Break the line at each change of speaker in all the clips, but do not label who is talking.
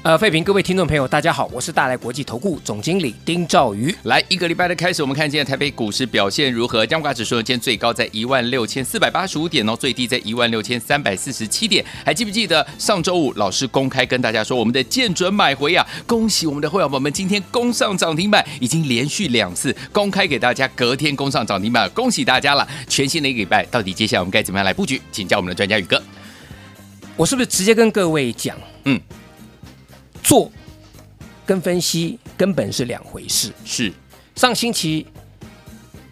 呃，费平，各位听众朋友，大家好，我是大来国际投顾总经理丁兆宇。
来一个礼拜的开始，我们看今天台北股市表现如何？加权指数呢今天最高在一万六千四百八十五点哦，最低在一万六千三百四十七点。还记不记得上周五老师公开跟大家说，我们的见准买回啊，恭喜我们的会员朋友们，今天攻上涨停板，已经连续两次公开给大家，隔天攻上涨停板，恭喜大家了！全新的一个礼拜，到底接下来我们该怎么样来布局？请教我们的专家宇哥。
我是不是直接跟各位讲，
嗯，
做跟分析根本是两回事。
是，
上星期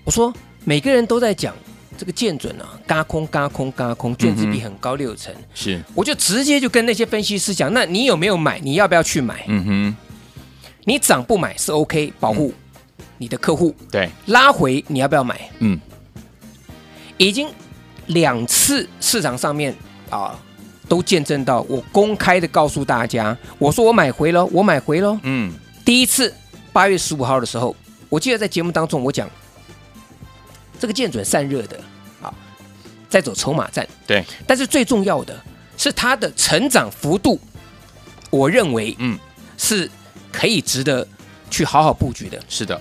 我说每个人都在讲这个见准啊，嘎空嘎空嘎空，卷子比很高六成，
是，
我就直接就跟那些分析师讲，那你有没有买？你要不要去买？
嗯哼，
你涨不买是 OK，保护你的客户，
对，
拉回你要不要买？
嗯，
已经两次市场上面啊，都见证到我公开的告诉大家，我说我买回了，我买回了。
嗯，
第一次八月十五号的时候，我记得在节目当中我讲，这个见准散热的啊，在走筹码战，
对，
但是最重要的是它的成长幅度，我认为
嗯，
是可以值得去好好布局的。
是的，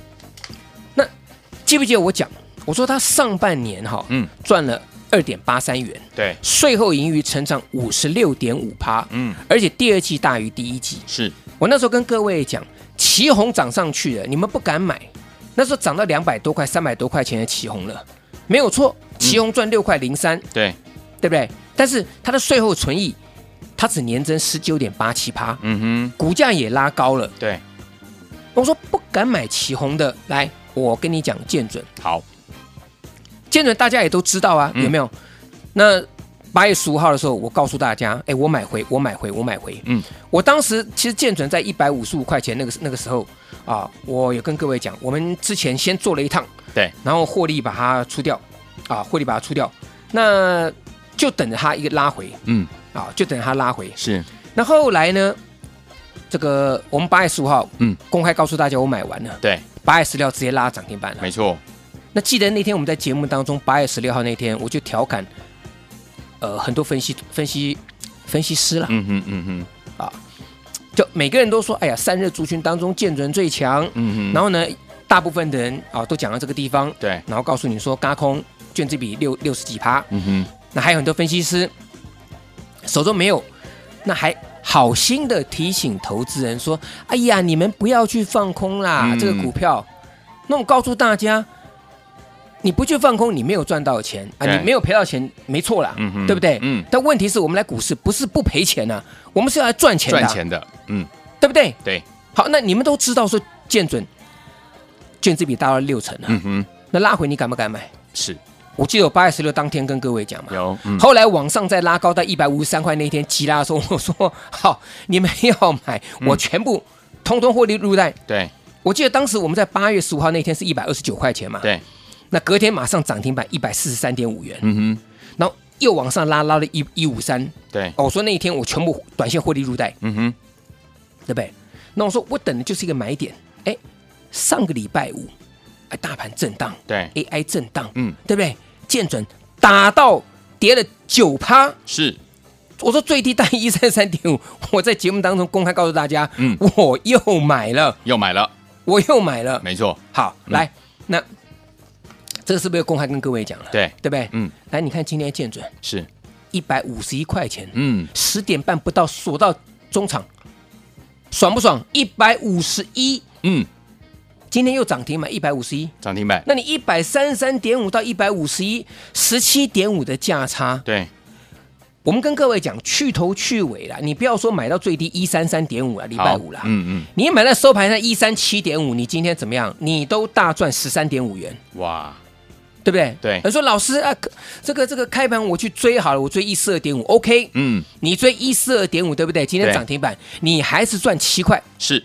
记不记得我讲，我说它上半年哈、
嗯，
赚了二点八三元。
对，
税后盈余成长五十六点五趴，
嗯，
而且第二季大于第一季。
是，
我那时候跟各位讲，旗红涨上去了，你们不敢买。那时候涨到两百多块、三百多块钱的旗红了，没有错，旗红赚六块零三，
对，
对不对？但是它的税后存益，它只年增十九点八七趴，
嗯
股价也拉高了
哼，。对，
我说不敢买旗红的，来，我跟你讲见准，
好，
见准大家也都知道啊，
嗯
有没有？那八月十五号的时候，我告诉大家，哎，我买回，我买回，我买回。
嗯，
我当时其实见准在一百五十五块钱那个那个时候啊，我有跟各位讲，我们之前先做了一趟，
对，
然后获利把它出掉，啊，获利把它出掉，那就等着它一个拉回
嗯，
啊，就等着它拉回。
是，
那后来呢，这个我们八月十五号，
嗯，
公开告诉大家我买完了，
对，
八月十六直接拉涨停板了。
没错，
那记得那天我们在节目当中，八月十六号那天，我就调侃，呃，很多分析分析分析师啦，
嗯哼，嗯哼，
就每个人都说，哎呀，散热族群当中见准最强。
嗯哼，
然后呢，大部分的人啊都讲到这个地方，
对，
然后告诉你说，嘎空卷子比六六十几趴。
嗯哼，
那还有很多分析师手中没有，那还。好心的提醒投资人说：“哎呀，你们不要去放空啦，
嗯
这个股票。”那我告诉大家，你不去放空，你没有赚到钱啊，
对
你没有赔到钱，没错啦，
嗯哼
对不对？
嗯
但问题是我们来股市不是不赔钱呐、我们是要来赚钱的、
赚，钱的，嗯，
对不对？
对，
好，那你们都知道说见准，卷资比大到六成啊，
嗯哼，
那拉回你敢不敢买？
是
我记得我八月十六当天跟各位讲嘛，
有，嗯，
后来往上再拉高到一百五十三块那一天急拉的时候，我说好，你们要买，
嗯
我全部通通获利入袋。
对
我记得当时我们在八月十五号那天是一百二十九块钱嘛，
对，
那隔天马上涨停板一百四十三点五元，
嗯哼，
然后又往上拉，拉了一一五三。
对，
哦我说那一天我全部短线获利入袋，
嗯哼，
对不对？那我说我等的就是一个买点。哎，上个礼拜五，哎，大盘震荡
对，
，AI 震荡，
嗯，
对不对？见准打到跌了九趴，
是，
我说最低带一三三点五，我在节目当中公开告诉大家，
嗯
我又买了，
又买了，
我又买了。
没错，
好，
嗯
来，那这个是不是公开跟各位讲了？
对
对不对？
嗯，
来，你看今天见准
是，
一百五十一块钱，
嗯，
十点半不到锁到中场，爽不爽？一百五十一
嗯，
今天又涨停嘛，一百五十一。
涨停板，
那你一百三十三点五到一百五十一，十七点五的价差，
对，
我们跟各位讲去头去尾啦，你不要说买到最低一三三点五了，啊礼拜
好
五啦，
嗯
你买到收盘在一三七点五，你今天怎么样？你都大赚十三点五元，
嗯，哇，
对不对？
对
他说老师啊，可这个这个开盘我去追好了，我追一四二点五，OK，
嗯，
你追一四二点五，对不对？今天
对
涨停板，你还是赚七块，
是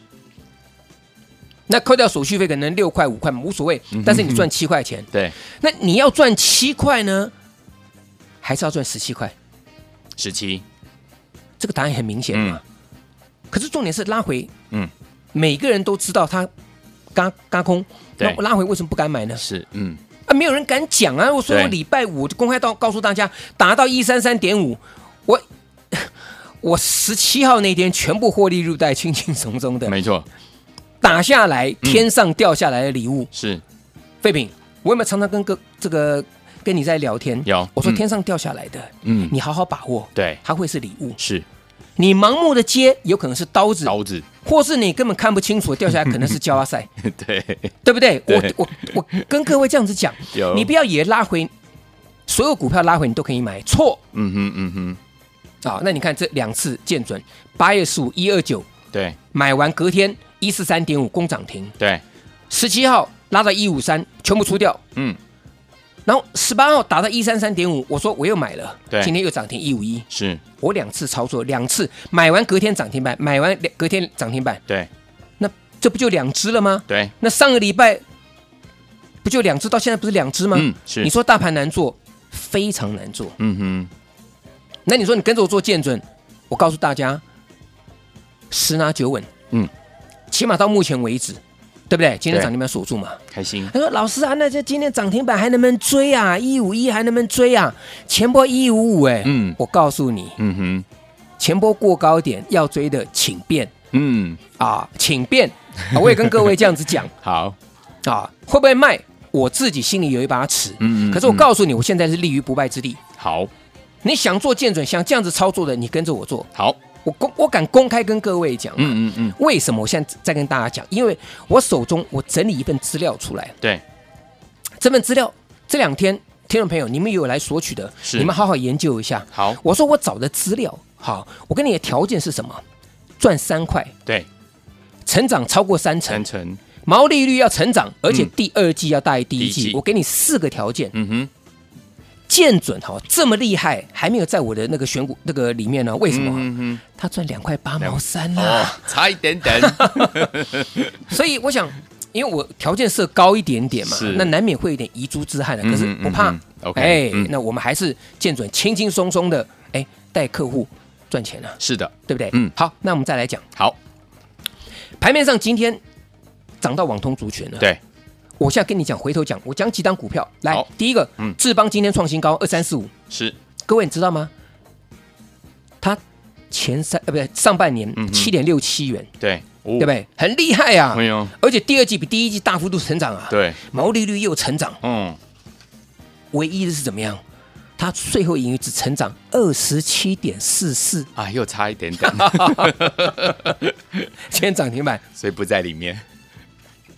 那扣掉手续费可能六块五块嘛无所谓，
嗯
但是你赚七块钱，
对，
那你要赚七块呢，还是要赚十七块？
十七，
这个答案很明显嘛。可是重点是拉回，
嗯，
每个人都知道他嘎嘎空，
对
那我拉回为什么不敢买呢？
是，嗯，
啊，没有人敢讲啊！我说
对
我礼拜五公开到告诉大家，达到一三三点五，我 我十七号那天全部获利入袋，轻轻松松的
没嗯错，
打下来，天上掉下来的礼物。
是
废品，我有没有常常跟个这个跟你在聊天？
有
我说
嗯
天上掉下来的，
嗯
你好好把握，
对
它会是礼物。
是
你盲目的接，有可能是刀子，
刀子，
或是你根本看不清楚，掉下来可能是胶啊塞，
对，
对不对？
对
我我我跟各位这样子讲
有，
你不要也拉回，所有股票拉回你都可以买，错
嗯哼嗯哼，
啊、那你看这两次见准，八月十五一二九
对
买完，隔天一四三点五攻涨停，
对，
十七号拉到一五三，全部出掉。
嗯，
然后十八号打到一三三点五，我说我又买了，
对
今天又涨停一五一，
是
我两次操作，两次买完隔天涨停板，买完两隔天涨停板，
对
那这不就两只了吗？
对，
那上个礼拜不就两只，到现在不是两只吗？
嗯是
你说大盘难做，非常难做。
嗯哼，
那你说你跟着我做见准，我告诉大家，十拿九稳。
嗯，
起码到目前为止，对不对？今天
对
涨停板锁住嘛。
开心，
他说：“老师啊，那这今天涨停板还能不能追啊？一五一还能不能追啊？前波一五五哎，
嗯
我告诉你，
嗯哼，
前波过高点要追的，请变
嗯，
啊，请变啊！我也跟各位这样子讲
好，
啊，会不会卖？我自己心里有一把尺，
嗯嗯
可是我
嗯
告诉你，我现在是立于不败之地。
好，
你想做见准，想这样子操作的，你跟着我做。
好，
我公我敢公开跟各位讲，
嗯嗯嗯，
为什么我现在在跟大家讲？因为我手中我整理一份资料出来，
对，
这份资料这两天听众朋友你们有来索取的，
是
你们好好研究一下。
好，
我说我找的资料，好，我跟你的条件是什么？赚三块，
对，
成长超过三成
陈，晨，
毛利率要成长，而且
嗯
第二季要大于第一
第一
季。
季
我给你四个条件，
嗯哼，
见准哈，这么厉害，还没有在我的那个选股那个里面呢？为什么？
嗯
他赚两块八毛三
哼，
啦、
哦，差一点点，
所以我想，因为我条件设高一点点嘛
是，
那难免会有点遗珠之憾的，
嗯
可是不怕
嗯。
哎
嗯 OK，嗯
那我们还是见准，轻轻松松的，哎，带客户赚钱啊，
是的，
对不对？
嗯
好，那我们再来讲，
好，
盘面上今天涨到网通族群了。
对，
我现在跟你讲，回头讲，我讲几档股票。来
好，
第一个
嗯，
志邦今天创新高二三四五，
是，
各位你知道吗？它前三呃，不对，上半年
嗯哼
七点六七元，
对，对
对不？对？很厉害啊！
哎呦，
而且第二季比第一季大幅度成长啊，
对，
毛利率又成长，
嗯，
唯一的是怎么样？它税后盈余只成长二十七点 四四，
啊，又差一点点，
今天涨停板
所以不在里面。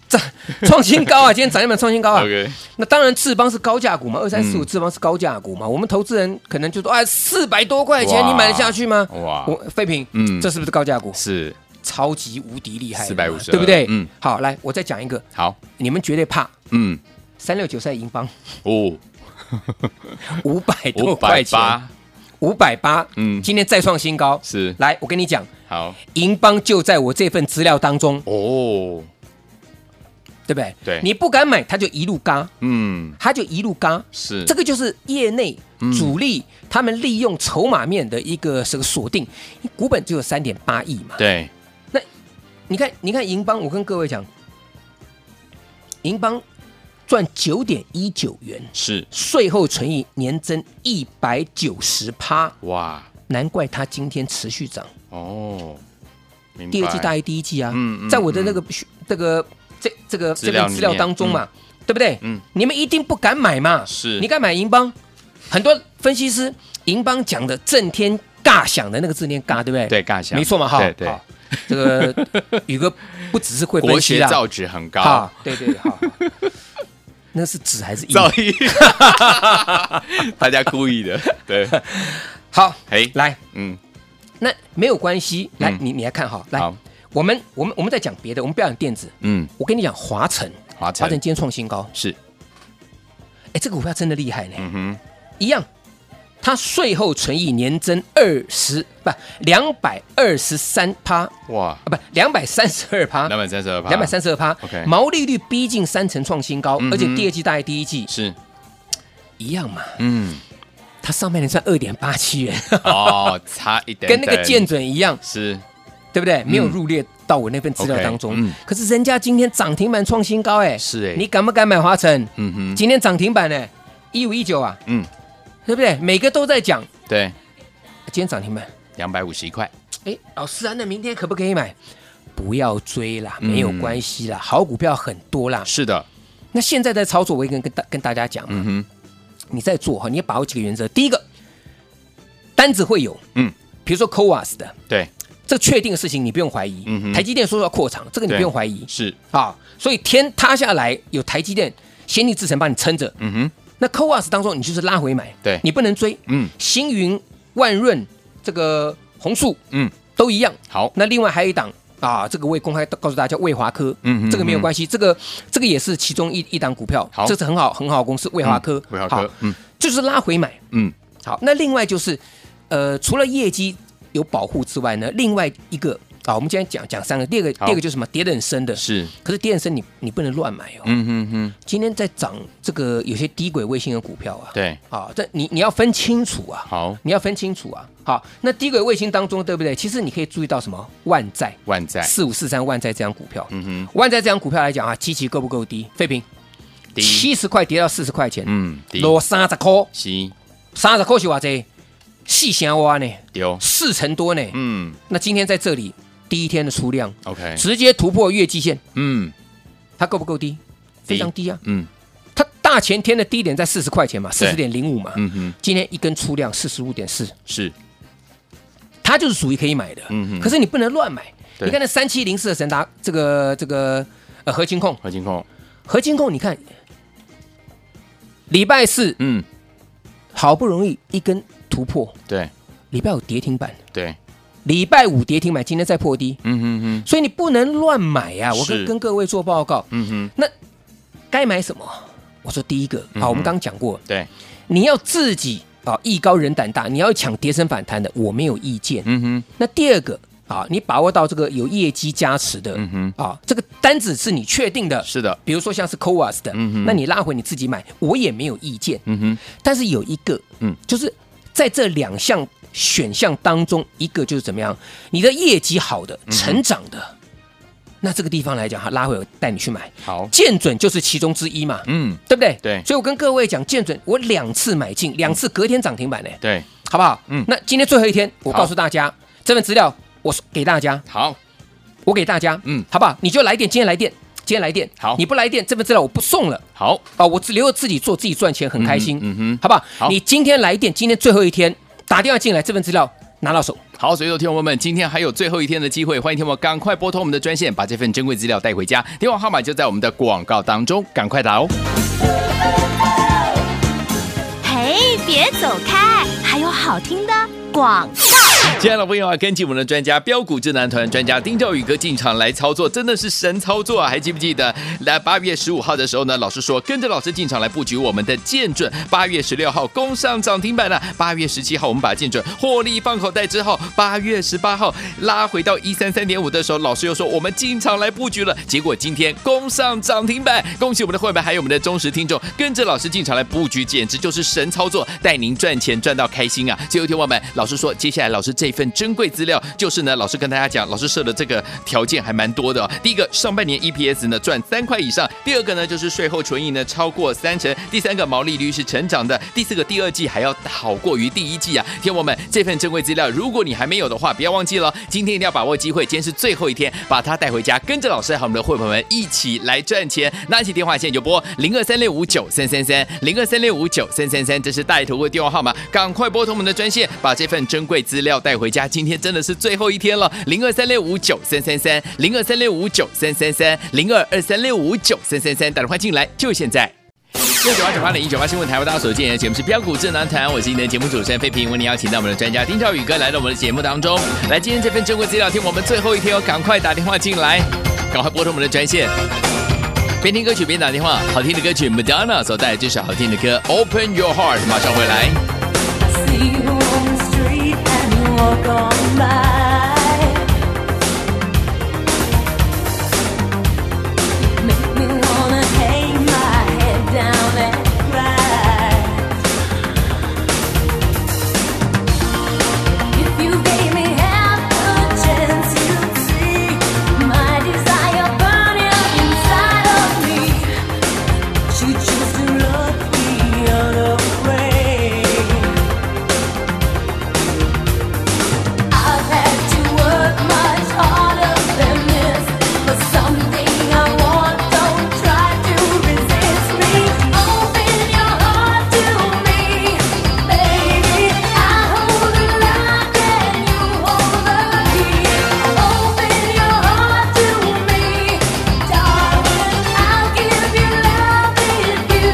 涨创新高啊！今天涨停板创新高啊！
OK，
那当然，智邦是高价股嘛，二三四五
嗯
智邦是高价股嘛。我们投资人可能就说，哎，四百多块钱
哇
你买得下去吗？
哇
我废品，
嗯
嗯，这是不是高价股？
是
超级无敌厉害的嘛，
452
对不对？
嗯
嗯，好，来，我再讲一个，
好，
你们绝对怕
嗯，
三六九三银邦
哦，
五百
五
多
百
块钱，
八
五百八，
嗯
嗯，今天再创新高。
是
来，我跟你讲，
好
银邦就在我这份资料当中，
哦，
对不对？
对
你不敢买，它就一路嘎，
嗯，
它就一路嘎。
是嗯
这个就是业内主力他们利用筹码面的一个这个锁定，股本只有三点八亿嘛。
对，
你看，你看银邦，我跟各位讲，银邦赚九点一九元，
是
税后存益年增一百九十趴，
哇
难怪它今天持续涨。
哦，明白
第二季大于第一季啊，
嗯嗯
在我的那个这个这这个
资
这
料里
份
面
资料当中嘛，对不对？
嗯
你们一定不敢买嘛，
是
你敢买银邦？很多分析师银邦讲的震天尬响的那个字念尬，对不对？
对尬响
没错嘛哈。
对对
好这个 宇哥不只是会
国
分
学
析啊，
造纸很高
好，，对对好，好那是纸还是 印？
造诣，大家故意的，对，
好，
哎，
来，
嗯，
那没有关系，来，
嗯
你你来看哈，来
好，，
我们我们我们在讲别的，我们不要讲电子，
嗯，
我跟你讲华晨，
华
华晨
晨
今天创新高，
是，
哎，这个股票真的厉害呢，
嗯哼，
一样，它税后存益年增二十不两百二十三趴啊，
哇，
不两百三十二趴
啊两。百三十二趴，
两百三十二趴
OK
毛利率逼近三成创新高，
嗯哼
而且第二季大于第一季
是，
一样嘛。
嗯，
它上半年赚二点八七 元，
哦，差一点点，
跟那个建准一样，
是
对不对？没有入列到我那份资料
嗯 OK，
当中。
嗯
可是人家今天涨停板创新高，哎，
是哎
你敢不敢买华晨？
嗯哼，
今天涨停板呢，一五一九啊，
嗯，
对不对？每个都在讲，
对，
今天涨停板，
两百五十一块，
哎，老师啊，那明天可不可以买？不要追啦，
嗯
没有关系啦，好股票很多啦。
是的，
那现在在操作，我也跟跟大跟大家讲嘛，
嗯
你在做哈，你要把握几个原则。第一个，单子会有，
嗯，
比如说 COAS 的，
哼，对，
这确定的事情你不用怀疑。
嗯哼
台积电说要扩厂，这个你
对
不用怀疑
是，
啊。所以天塌下来有台积电先力制程帮你撑着，
嗯哼，
那 COAS 当中你就是拉回买，
对
你不能追。
嗯
星云、万润、这个红树
嗯，
都一样。
好，
那另外还有一档啊，这个我也公开告诉大家，卫华科，
嗯嗯
这个没有
嗯
关系，这个这个也是其中一一档股票，
好
这是很好很好的公司，卫华科，
嗯卫华
好
科，嗯
就是拉回买。
嗯，
好，那另外就是，呃，除了业绩有保护之外呢，另外一个啊，我们今天讲讲三个，第二个
好
第二个就是什么，跌得很深的，
是，
可是跌得很深你你不能乱买哦。
嗯哼哼，
今天在涨这个有些低轨卫星的股票啊，
对，
啊，这你你要分清楚啊，
好，
你要分清楚啊。好，那低轨卫星当中，对不对？其实你可以注意到什么？万载
万载，
四五四三万载这张股票，
嗯哼，
万载这张股票来讲啊，基期够不够低？废品
第一，
七十块跌到四十块钱，
嗯，第一，
落三十块，
西
三十块是偌济？四成哇呢，
丢，
四成多呢。
嗯
那今天在这里第一天的出量，
，OK，
直接突破月季线，
嗯
它够不够低？
低
非常低啊！
嗯
它大前天的低点在四十块钱嘛，四
对
十点零五嘛。
嗯哼，
今天一根出量四十五点四，
是，
它就是属于可以买的。
嗯哼
可是你不能乱买。
对
你看那三七零四的神达，这个这个呃合金控，
何金控，
合金控，你看礼拜四
嗯，
好不容易一根突破，
对
礼拜五跌停板，
对，
礼拜五跌停板，今天再破低，
嗯哼哼，
所以你不能乱买呀、啊。我
是
跟跟各位做报告，
嗯哼，
该买什么？我说第一个，
嗯哼
好，我们刚刚讲过，
对，
你要自己啊艺高人胆大，你要抢跌升反弹的，我没有意见。
嗯哼，
那第二个啊，你把握到这个有业绩加持的，
嗯哼，
啊，这个单子是你确定的，
是的，
比如说像是 COAS 的，
嗯哼
那你拉回你自己买，我也没有意见。
嗯哼，
但是有一个，
嗯
嗯，就是在这两项选项当中，一个就是怎么样，你的业绩好的、
嗯
成长的，那这个地方来讲，哈，拉回我带你去买，
好，
建准就是其中之一嘛，
嗯，
对不对？
对
所以我跟各位讲，建准我两次买进，两次隔天涨停板呢，
对，
好不好？
嗯
嗯，那今天最后一天，我
好
告诉大家这份资料，我给大家，
好，
我给大家，
嗯
嗯，好不好？你就来电，今天来电，今天来电。
好
你不来电，这份资料我不送了
好，
啊，我只留着自己做，自己赚钱，很开心，
嗯哼嗯哼
好不好？
好
你今天来电，今天最后一天，打电话进来，这份资料拿到手。
好，所以有听众朋友们，今天还有最后一天的机会，欢迎听众朋友赶快拨通我们的专线，把这份珍贵资料带回家。电话号码就在我们的广告当中，赶快打哦。
嘿，别走开，还有好听的广。
亲爱的朋友啊，跟紧我们的专家标股智囊团专家丁兆宇哥进场来操作，真的是神操作啊！还记不记得来八月十五号的时候呢？老师说跟着老师进场来布局我们的建准，八月十六号攻上涨停板了、啊八月十七号我们把建准获利放口袋之后，八月十八号拉回到一三三点五的时候，老师又说我们进场来布局了，结果今天攻上涨停板，恭喜我们的会员还有我们的忠实听众，跟着老师进场来布局，简直就是神操作，带您赚钱赚到开心啊！所以有听友们，老师说接下来老师这份珍贵资料，就是呢，老师跟大家讲，老师设的这个条件还蛮多的、哦。第一个，上半年 EPS 呢赚三块以上；第二个呢，就是税后纯益呢超过三成；第三个，毛利率是成长的；第四个，第二季还要好过于第一季啊！听友们，这份珍贵资料，如果你还没有的话，不要忘记了，今天一定要把握机会，今天是最后一天，把它带回家，跟着老师和我们的会员们一起来赚钱。拿起电话线就拨零二三六五九三三三零二三六五九三三三，这是带头的电话号码，赶快拨通我们的专线，把这份珍贵资料带回家。今天真的是最后一天了，零二三六五九三三三，零二三六五九三三三，零二二三六五九三三三，打电话进来就现在。六九八九八零一九八新闻台，为大家所见的节目是标股智囊团，我是你的节目主持人费平，为您邀请到我们的专家丁兆宇哥来到我们的节目当中。来，今天这份珍贵资料听我们最后一天哦，赶快打电话进来，赶快拨通我们的专线。边听歌曲边打电话，好听的歌曲 Madonna 所带来这首好听的歌 Open Your Heart，马上回来。
See you on the street and you walk on by. Make me wanna hang my head down and cry. If you gave me half a chance, you'd see my desire burning inside of me. She chose to look the other way. I've had to work much harder than this for something I want. Don't try to resist me. Open your heart to me, baby. I hold the light and you hold the key. Open your heart to me, darling. I'll give you love if you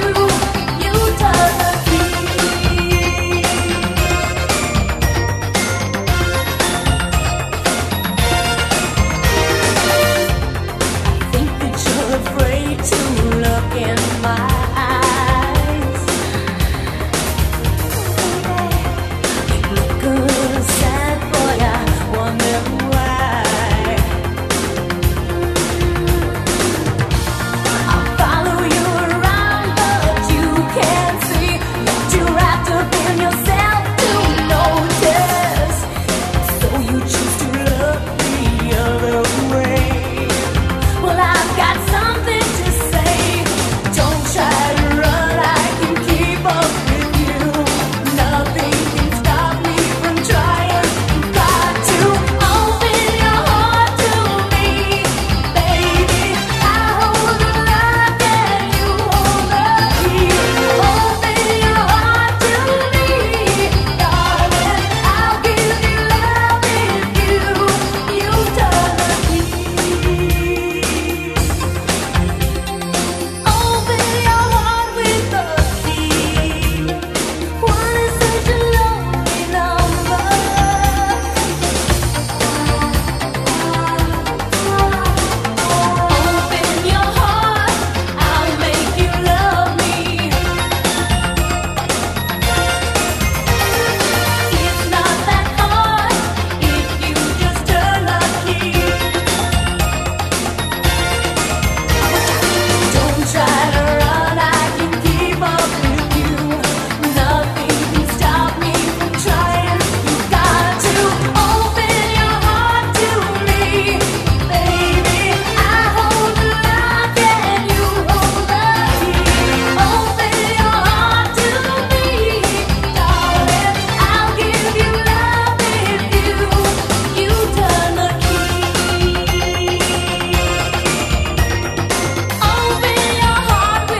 you turn the key. Think that you're afraid to look in my eyes. You look a little sad, boy. I wonder why. I'll follow you around, but you can't see that you're wrapped up in yourself to notice. So you choose to look the other way. Well, I've got something to say. Don't try to run. I can keep up with you. Nothing can stop me from trying. You've got to open your heart to me, baby. I hold the lock and you hold the key. Open your heart to me, darling. I'll give you love if you you turn the key. Open your heart with the key. What is such a lonely number? Open your heart, I'll make you love me. It's not that hard if you just turn the key. Don't try to run, I can keep up with you. Nothing can stop me from trying. You've got to open your heart to me, baby. I hold the lock and you hold the key. Open your heart to me, darling. I'll give you love if you you turn the key. Open your heart with the key. Open your heart,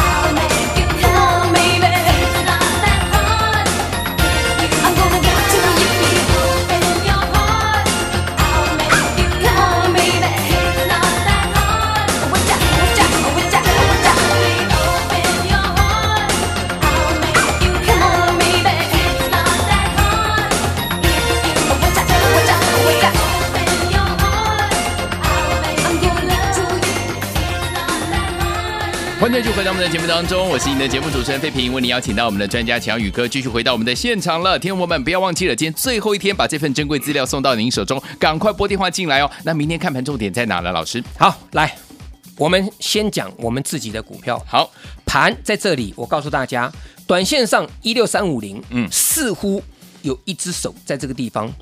I'll make you come, baby. It's not that hard. I'm gonna get to you. Open your heart, I'll make you come, baby. It's not that hard. Watch out, watch out, watch out, watch out. Open your heart, I'll make you come, baby. It's not that hard. Watch out, watch out, watch out. Open your heart, I'll make you love you. It's not that hard.
欢迎继续回到我们的节目当中，我是你的节目主持人费平，为你邀请到我们的专家强宇哥继续回到我们的现场了。听众朋友们，不要忘记了，今天最后一天把这份珍贵资料送到您手中，赶快拨电话进来哦。那明天看盘重点在哪呢？老师，
好，来，我们先讲我们自己的股票。
好，
盘在这里，我告诉大家，短线上一六三五零，
嗯
嗯，似乎有一只手在这个地方。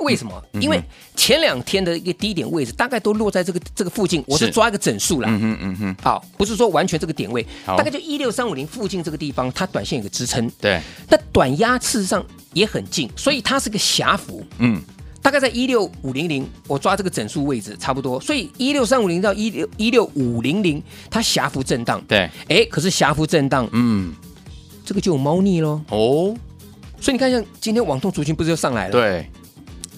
为什么？
嗯
因为前两天的一个低点位置，大概都落在这个这个附近。我是
是
抓一个整数啦，
嗯哼嗯哼，
好，不是说完全这个点位，
好
大概就一六三五零附近这个地方，它短线有个支撑。
对，
那短压事实上也很近，所以它是个狭幅。
嗯，
大概在一六五零零，我抓这个整数位置差不多，所以一六三五零到一六一六五零零，它狭幅震荡。
对，
哎，可是狭幅震荡
嗯，
这个就有猫腻喽。
哦，
所以你看，像今天网通族群不是又上来了，
对，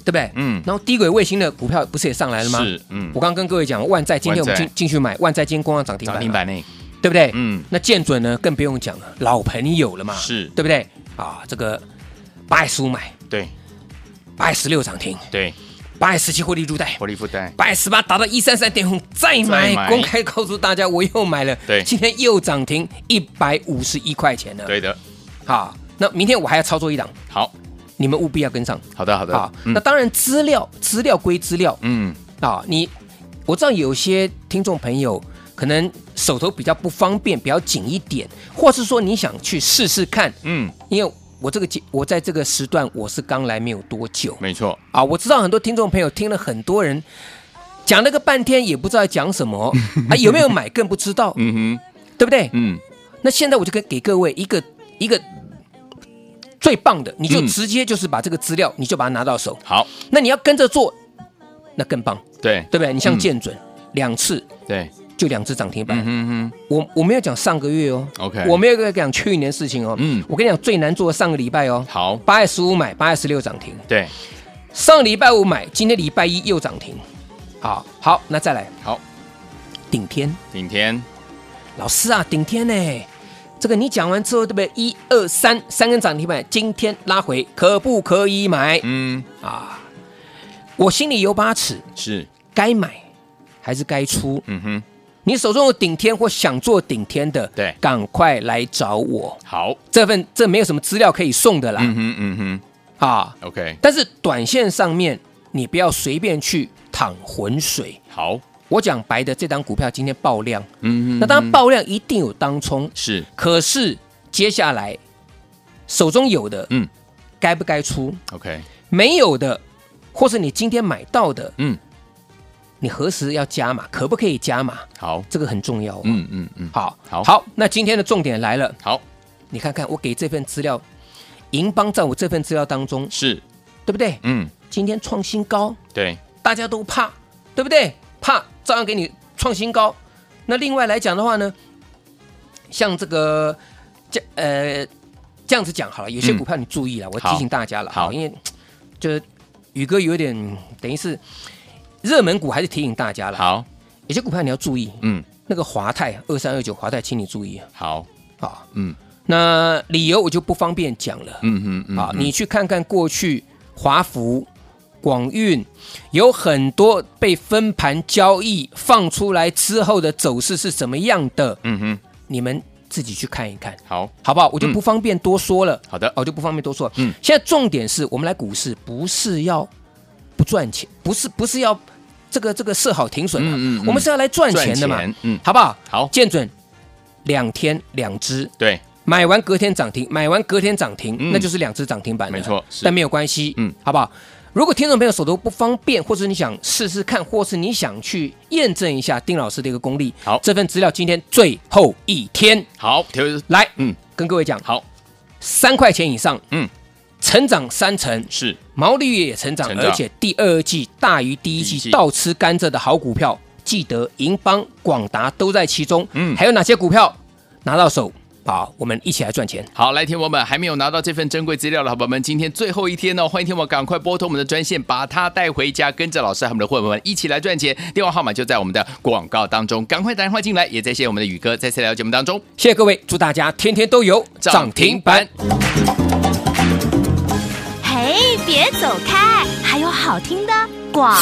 对不对？
嗯，
然后低轨卫星的股票不是也上来了吗？
是，嗯
我，刚刚跟各位讲，万载今天我们
万载
进进去买，万载今天攻上涨停
涨
板嘛，
停板呢，
对不对？
嗯，
那建准呢，更不用讲了，老朋友了嘛，
是
对不对？啊，这个八百十五买，
对
八百十六涨停，
对，
八百十七获利入袋，
火力负担，
八百十八达到一三三点五，再买
再。买
公开告诉大家，我又买了，
对
今天又涨停一百五十一块钱了，，
对的，
好，那明天我还要操作一档，
好，
你们务必要跟上。
好的，好
好
的，，嗯
那当然资料资料归资料
嗯，
啊，你我知道有些听众朋友可能手头比较不方便，比较紧一点，或是说你想去试试看，
嗯，
因为我这个节我在这个时段我是刚来没有多久
没错，
啊，我知道很多听众朋友听了很多人讲了个半天也不知道讲什 么啊，有没有买更不知道，
嗯哼，
对不对？
嗯，
那现在我就跟给各位一个一个。最棒的，你就
嗯
直接就是把这个资料，你就把它拿到手，
好，
那你要跟着做，那更棒，
对
对不对？你像
嗯
建准、两次
对，
就两只涨停板，
嗯哼哼，
我我没有讲上个月哦
OK
我没有跟你讲去年的事情哦，
嗯
我跟你讲最难做的上个礼拜哦，
好，
八月十五买，八月十六涨停，
对，
上礼拜五买，今天礼拜一又涨停，好好，那再来
好，
顶天，
顶天，
老师啊，顶天呢？这个你讲完之后，对不对？一二三，三根涨停板，今天拉回，可不可以买？
嗯，
我心里有把尺，
是，
该买还是该出？
嗯哼，
你手中有顶天或想做顶天的，
对
赶快来找我。
好，
这份这没有什么资料可以送的啦、
嗯哼，嗯
啊！
哼，OK，
但是短线上面你不要随便去淌浑水。
好，
我讲白的，这档股票今天爆量，
嗯哼，
那当然爆量一定有当冲，
是，
可是接下来手中有的，
嗯
该不该出？
，OK，
没有的，或是你今天买到的，
嗯，
你何时要加码？可不可以加码？
好，
这个很重要、哦。
嗯嗯嗯，
好，
好
好，那今天的重点来了，
好，
你看看我给这份资料，银邦在我这份资料当中，
是，
对不对？
嗯，
今天创新高，
对，
大家都怕，对不对？怕照样给你创新高。那另外来讲的话呢，像这个这呃这样子讲好了，有些
嗯
股票你注意了，我
好
提醒大家了，
好
因为就是宇哥有点等于是热门股，还是提醒大家了。
好，
有些股票你要注意，
嗯，
那个华泰二三二九华泰，请你注意
好，
啊。
嗯
那理由我就不方便讲了。
嗯哼嗯，
啊，你去看看过去华孚、广运有很多被分盘交易放出来之后的走势是怎么样的，
嗯哼，
你们自己去看一看，
好，
好不好？我就
嗯
不方便多说了。
好的
我就不方便多说。
嗯
嗯，现在重点是我们来股市不是要不赚钱，不是不是要这个这个设好停损啊，
嗯嗯嗯
我们是要来赚钱的嘛，
赚钱嗯
好不好？
好
见准两天两只，
对，
买完隔天涨停，买完隔天涨停，
嗯
那就是两只涨停板了
没错是
但没有关系，
嗯
嗯，好不好？如果听众朋友手头不方便，或是你想试试看，或是你想去验证一下丁老师的一个功力，
好
这份资料今天最后一天
好，调，
来，
嗯，
跟各位讲，
好，
三块钱以上，
嗯
嗯，成长三成，
是，
毛利率也成长，
成长
而且第二季大于第一
第一
季，
季
倒吃甘蔗的好股票，记得银邦、广达都在其中，
嗯
嗯，还有哪些股票拿到手？好，我们一起来赚钱。
好，来，天王们还没有拿到这份珍贵资料的好朋友们，今天最后一天哦，欢迎天王赶快拨通我们的专线，把它带回家，跟着老师和我们的伙伴们一起来赚钱。电话号码就在我们的广告当中，赶快打电话进来，也在谢谢我们的宇哥再次来到节目当中。
谢谢各位，祝大家天天都有涨停板。
嘿，别走开，还有好听的广。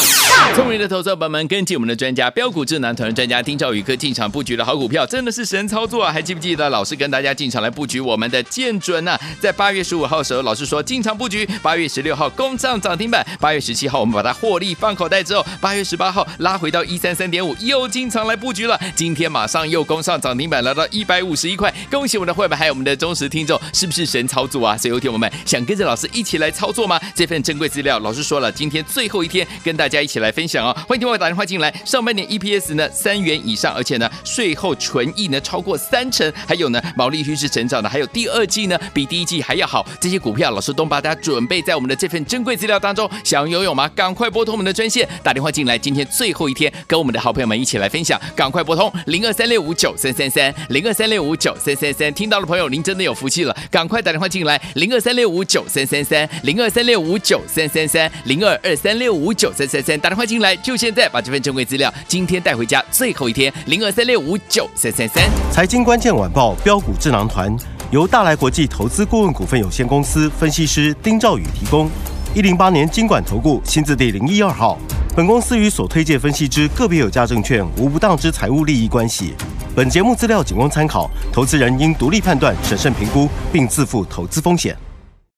聪明的投资者朋友们，跟进我们的专家标股智囊团专家丁兆宇哥进场布局的好股票，真的是神操作啊！还记不记得老师跟大家进场来布局我们的建准呢、在八月十五号的时候，老师说进场布局，八月十六号攻上涨停板，八月十七号我们把它获利放口袋之后，八月十八号拉回到一三三点五，又进场来布局了。今天马上又攻上涨停板，来到一百五十一块，恭喜我们的会员还有我们的忠实听众，是不是神操作啊？所以有天我们想跟着老师一起来操作吗？这份珍贵资料，老师说。说了，今天最后一天跟大家一起来分享哦。欢迎听我打电话进来，上半年 EPS 呢三元以上，而且呢税后纯益呢超过三成，还有呢毛利率是成长的，还有第二季呢比第一季还要好，这些股票老师都帮大家准备在我们的这份珍贵资料当中，想拥有吗？赶快拨通我们的专线打电话进来，今天最后一天跟我们的好朋友们一起来分享，赶快拨通零二三六五九三三三零二三六五九三三三，听到的朋友您真的有福气了，赶快打电话进来零二三六五九三三三零二三六五九三三三零二二三六五九三三三，打电话进来就现在把这份珍贵资料今天带回家，最后一天零二三六五九三三三。
财经关键晚报标股智囊团由大来国际投资顾问股份有限公司分析师丁兆宇提供。一零八年经管投顾新字第零一二号。本公司与所推介分析之个别有价证券无不当之财务利益关系。本节目资料仅供参考，投资人应独立判断、审慎评估，并自负投资风险。